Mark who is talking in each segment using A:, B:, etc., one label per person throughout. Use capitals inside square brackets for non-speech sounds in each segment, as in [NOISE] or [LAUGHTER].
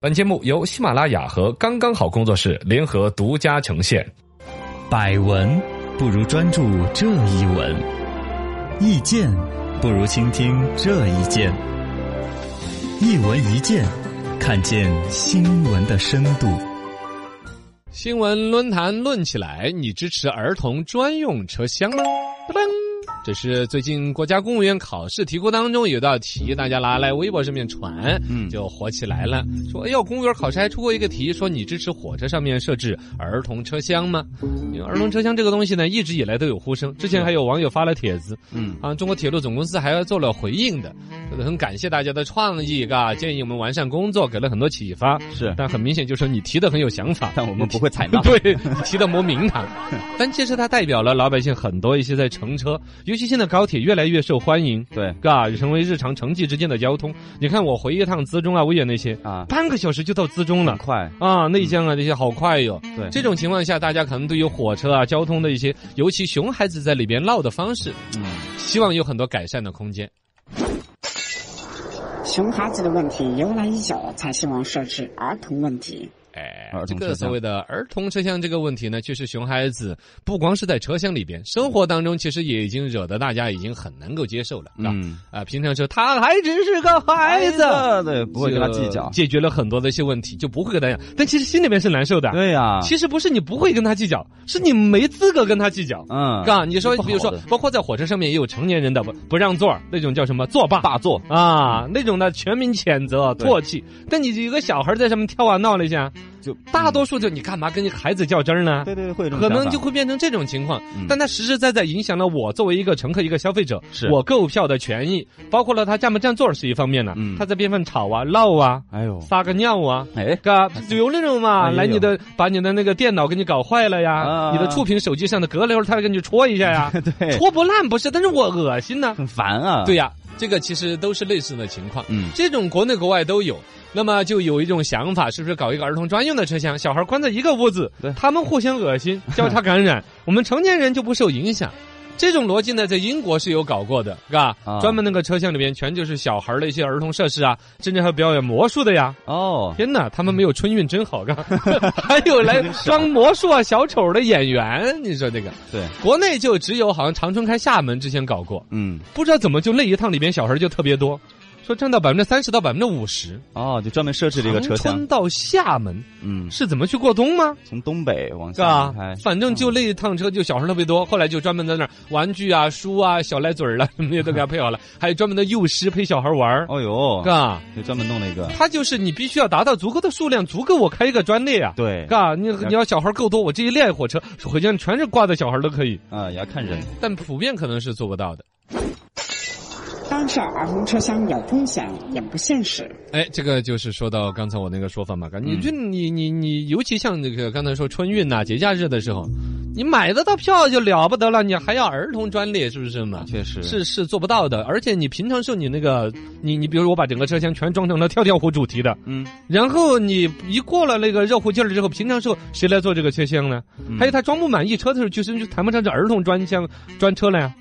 A: 本节目由喜马拉雅和刚刚好工作室联合独家呈现。
B: 百闻不如专注这一闻，意见不如倾听这一见。一闻一见，看见新闻的深度。
C: 新闻论坛论起来，你支持儿童专用车厢吗？噔噔这是最近国家公务员考试题库当中有道题，大家拿来微博上面传，
B: 嗯
C: 就火起来了。说，哎呦，公务员考试还出过一个题，说你支持火车上面设置儿童车厢吗？因嗯为儿童车厢这个东西呢，一直以来都有呼声。之前还有网友发了帖子，
B: 嗯
C: 啊，中国铁路总公司还做了回应的，很感谢大家的创意，嘎，建议我们完善工作，给了很多启发。
B: 是
C: 但很明显就是你提的很有想法，
B: 但我们不会采纳
C: [LAUGHS] 对，你提的磨名堂。 [LAUGHS] 但其实它代表了老百姓很多一些在乘车，尤其现在高铁越来越受欢迎，
B: 对
C: 嘎，成为日常城际之间的交通。你看我回一趟资中啊、威远那些，
B: 啊，
C: 半个小时就到资中了
B: 很。快，
C: 啊，内江啊，这些好快哟！
B: 嗯对
C: 这种情况下，大家可能对于火车啊、交通的一些，尤其熊孩子在里边闹的方式，
B: 嗯，
C: 希望有很多改善的空间。
D: 熊孩子的问题由来已久，才希望设置儿童问题。
C: 哎
B: 儿，
C: 这
B: 童车
C: 个所
B: 厢
C: 谓的儿童车厢这个问题呢，就是熊孩子不光是在车厢里边，生活当中其实也已经惹得大家已经很能够接受了，是吧？
B: 嗯哎
C: 啊，平常说他还只是个孩子，
B: 对，不会跟他计较
C: 就，解决了很多的一些问题，就不会跟他讲。但其实心里面是难受的。
B: 对呀，
C: 其实不是你不会跟他计较，是你没资格跟他计较。
B: 嗯，
C: 啊，你说
B: 不，好
C: 比如说
B: 的，
C: 包括在火车上面也有成年人的不不让座儿那种叫什么作罢
B: 霸座，
C: 啊，那种的全民谴责
B: 对
C: 唾弃。但你有个小孩在上面跳啊闹了一下，
B: 就嗯
C: 大多数就你干嘛跟你孩子较真儿呢？
B: 对对，会有这种
C: 可能
B: 想法
C: 就会变成这种情况
B: 嗯，
C: 但它实实在在影响了我作为一个乘客、一个消费者
B: 是，
C: 我购票的权益，包括了他占不占座儿是一方面呢
B: 嗯，
C: 他在边上吵啊、闹啊、
B: 哎呦，
C: 撒个尿啊，
B: 哎，
C: 嘎，有那种嘛，
B: 哎
C: 来你
B: 有
C: 的把你的那个电脑给你搞坏了
B: 啊
C: 呀，你的触屏手机上的隔了一会儿，他来给你戳一下呀，
B: [LAUGHS] 对，
C: 戳不烂不是，但是我恶心呢。
B: 很烦啊，
C: 对，呀，这个其实都是类似的情况，
B: 嗯
C: 这种国内国外都有。那么就有一种想法，是不是搞一个儿童专用的车厢？小孩关在一个屋子
B: 对，
C: 他们互相恶
B: [LAUGHS]
C: 心，交叉感染，我们成年人就不受影响。这种逻辑呢，在英国是有搞过的，是吧？
B: 啊
C: 专门那个车厢里边全就是小孩儿的一些儿童设施啊，甚至还有表演魔术的呀。
B: 哦，
C: 天哪，他们没有春运真好干，
B: [LAUGHS]
C: 还有来装魔术啊、小丑的演员，你说这个？
B: 对，
C: 国内就只有好像长春开厦门之前搞过，
B: 嗯，
C: 不知道怎么就那一趟里边小孩就特别多，说占到百分之三十到百分之五十。
B: 哦，就专门设置了一个车
C: 长
B: 厢
C: 春，到厦门
B: 嗯，
C: 是怎么去过冬吗？
B: 从东北往
C: 是
B: 下
C: 吧
B: 开，？嗯
C: 反正就那一趟车就小孩特别多，后来就专门在那儿玩具啊、书啊、小奶嘴儿了什 [LAUGHS] 么的都给他配好了，还有专门的幼师陪小孩玩儿，
B: 哦呦，
C: 嘎。
B: 就专门弄了一个，
C: 他就是你必须要达到足够的数量，足够我开一个专列啊。
E: 哎
B: 对，
C: 嘎，你你要小孩够多，我这一列火车回家全是挂的小孩都可以，
B: 啊，也要看人，
C: 但普遍可能是做不到的。
D: 单设儿童车厢有风险，也不现实。
C: 哎，这个就是说到刚才我那个说法嘛，嘎，你就你你你，尤其像那个刚才说春运呐、啊节假日的时候，你买得到票就了不得了，你还要儿童专列，是不是嘛？
B: 确实
C: 是是做不到的，而且你平常时候你那个你你比如我把整个车厢全装成了跳跳虎主题的，
B: 嗯，
C: 然后你一过了那个热乎劲儿了之后，平常时候谁来做这个车厢呢？
B: 嗯
C: 还有他装不满一车的时候，就是就谈不上这儿童专厢专车了呀。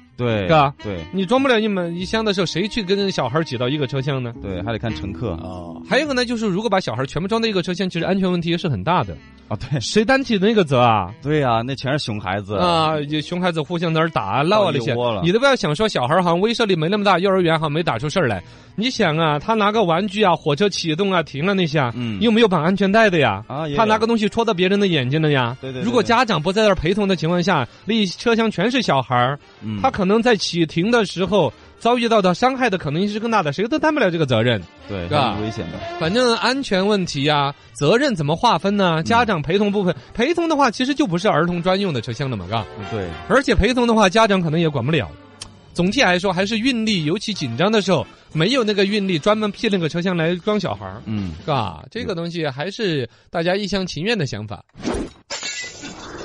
C: 是
B: 对，
C: 吧
B: 对
C: 你装不了一满一箱的时候，谁去跟小孩挤到一个车厢呢？
B: 对，还得看乘客
C: 哦，还有一个呢，就是如果把小孩全部装在一个车厢，其实安全问题也是很大的。
B: 啊，对
C: 谁担起那个责啊？
B: 对呀，那全是熊孩子，
C: 啊，有熊孩子互相在那儿打啊闹啊那些
B: 一哎窝了，
C: 你都不要想说小孩好像威慑力没那么大，幼儿园好像没打出事儿来。你想啊，他拿个玩具啊，火车启动啊、停了那些啊，
B: 嗯
C: 你有没有绑安全带的呀？
B: 啊也有
C: 他拿个东西戳到别人的眼睛了呀？
B: 对对对
C: 如果家长不在那儿陪同的情况下，那一车厢全是小孩儿，
B: 嗯
C: 他可能在启停的时候遭遇到的伤害的可能性是更大的，谁都担不了这个责任。
B: 对，
C: 是吧
B: 很危险的，
C: 反正安全问题呀、责任怎么划分
B: 嗯
C: 呢？家长陪同部分，陪同的话其实就不是儿童专用的车厢了嘛，嘎。
B: 对，
C: 而且陪同的话，家长可能也管不了。总体来说，还是运力，尤其紧张的时候，没有那个运力专门辟那个车厢来装小孩儿，
B: 嗯，
C: 嘎，这个东西还是大家一厢情愿的想法。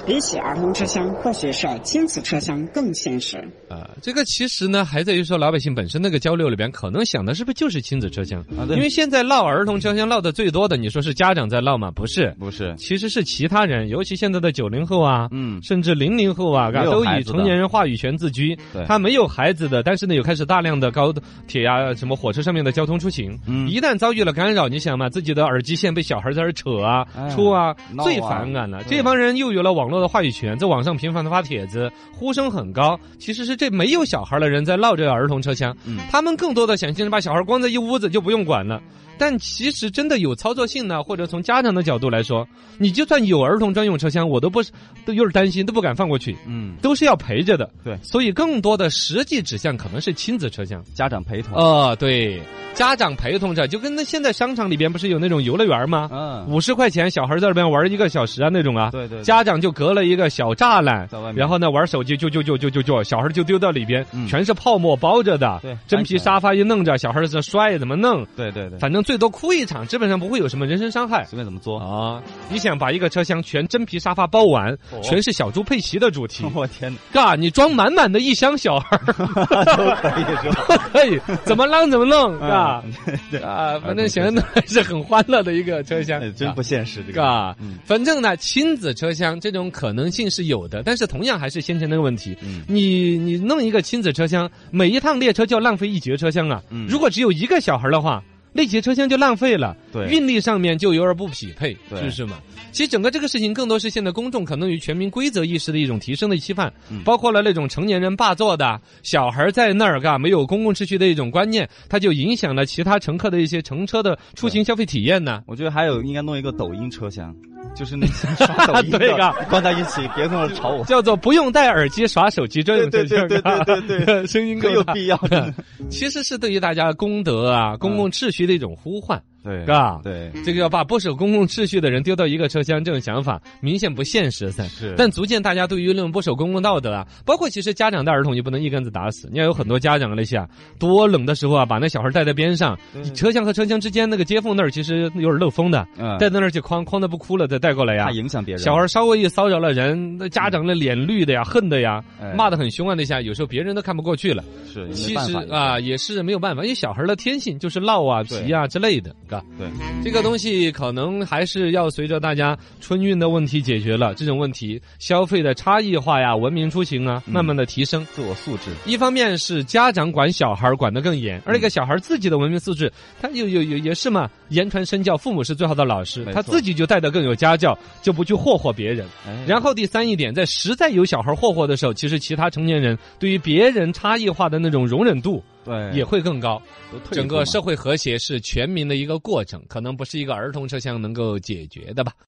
D: 比比起儿童车厢，或许是亲子车厢更现实。
C: 啊、这个其实呢，还在于说老百姓本身那个交流里边，可能想的是不是就是亲子车厢？
E: 啊对
C: 因为现在闹儿童车厢闹的最多的，你说是家长在闹吗？不是，
E: 不是，
C: 其实是其他人，尤其现在的九零后啊，
E: 嗯
C: 甚至零零后啊，
E: 没有
C: 都
E: 孩
C: 以
E: 子的
C: 成年人话语权自居
E: 对。
C: 他没有孩子的，但是呢，有开始大量的高铁啊、什么火车上面的交通出行。
E: 嗯
C: 一旦遭遇了干扰，你想嘛，自己的耳机线被小孩在那儿扯啊、
E: 哎呀
C: 戳啊，
E: 闹啊
C: 最反感了。
E: 对
C: 这帮人又有了网络的话语权，在网上频繁的发帖子，呼声很高。其实是这没有小孩的人在闹这个儿童车厢，
E: 嗯
C: 他们更多的想象是把小孩关在一屋子就不用管了。但其实真的有操作性呢，或者从家长的角度来说，你就算有儿童专用车厢，我都不是都有点担心，都不敢放过去，
E: 嗯，
C: 都是要陪着的。
E: 对
C: 所以更多的实际指向可能是亲子车厢。
E: 家长陪同，
C: 哦，对，家长陪同着，就跟那现在商场里边不是有那种游乐园吗？
E: 嗯，
C: 五十块钱，小孩在里边玩一个小时啊那种啊。
E: 对对，
C: 家长就隔了一个小栅栏
E: 在外，面
C: 然后呢玩手机，就就就就就就，小孩就丢到里边，
E: 嗯
C: 全是泡沫包着的
E: 对，
C: 真皮
E: 安全
C: 沙发一弄着，小孩在摔怎么弄？
E: 对对对，
C: 反正最多哭一场，基本上不会有什么人身伤害。
E: 随便怎么
B: [LAUGHS]
E: 作，
C: 啊！你想把一个车厢全真皮沙发包完，
E: 哦，
C: 全是小猪佩奇的主题
E: 我天哪，
C: 嘎，你装满满的一箱小孩儿，
E: 都可以是
C: [LAUGHS]
E: 吧？
C: 可
E: [LAUGHS]
C: 以怎么浪怎么弄，嘎
E: 嗯，对，
C: 啊！反正显然都还是很欢乐的一个车厢
E: 哎，真不现实这个，
C: 嘎
E: 嗯。
C: 反正呢，亲子车厢这种可能性是有的，但是同样还是先前那个问题，
E: 嗯
C: 你你弄一个亲子车厢，每一趟列车就要浪费一节车厢啊。
E: 嗯
C: 如果只有一个小孩的话，那节车厢就浪费了，
E: 对
C: 运力上面就有点不匹配，
E: 对
C: 是不是嘛？其实整个这个事情更多是现在公众可能与全民规则意识的一种提升的期盼，
E: 嗯
C: 包括了那种成年人霸座的小孩在那儿嘎没有公共秩序的一种观念，它就影响了其他乘客的一些乘车的出行消费体验呢。
E: 我觉得还有应该弄一个抖音
C: [LAUGHS]
E: 车厢，就是那些刷抖音的
C: 对嘎
E: 关在一起，别跟我吵我。
C: [LAUGHS] 叫做不用戴耳机耍手机这种啊
E: 对对对对对对
C: [LAUGHS]
E: 对
C: 声音
E: 可
C: 更
E: 有
C: 大
E: 必要？
C: [LAUGHS]
E: 嗯
C: 其实是对于大家公德啊、公共秩序的一种呼唤，
E: 对
C: 嘎
E: 对，
C: 这个要把不守公共秩序的人丢到一个车厢，这种想法明显不现实噻。
E: 是
C: 但足见大家对于那种不守公共道德啊，包括其实家长带儿童也不能一竿子打死。你看有很多家长那些啊，多冷的时候啊，把那小孩带在边上，
E: 对
C: 你车厢和车厢之间那个接缝那儿其实有点漏风的，
E: 嗯
C: 带到那儿就哐哐的不哭了，再带过来呀
E: 怕。影响别人。
C: 啊小孩稍微一骚扰了人，那家长那脸绿的呀，恨的呀
E: 哎，
C: 骂的很凶啊，那下有时候别人都看不过去了。
E: 是
C: 其实，啊，也是没有办法，因为小孩的天性就是闹啊、
E: 对
C: 皮啊之类的，嘎。
E: 对，
C: 这个东西可能还是要随着大家春运的问题解决了，这种问题消费的差异化呀、文明出行啊，
E: 嗯
C: 慢慢的提升。
E: 自我素质。
C: 一方面是家长管小孩管得更严，而那个小孩自己的文明素质，他有有有也是嘛，言传身教，父母是最好的老师
E: 没，错
C: 他自己就带得更有家教，就不去霍霍别人。
E: 哎
C: 然后第三一点，在实在有小孩霍霍的时候，其实其他成年人对于别人差异化的那种容忍度
E: 对
C: 也会更高。
E: 都退一步
C: 整个
E: 嘛
C: 社会和谐是全民的一个过程，可能不是一个儿童车厢能够解决的吧。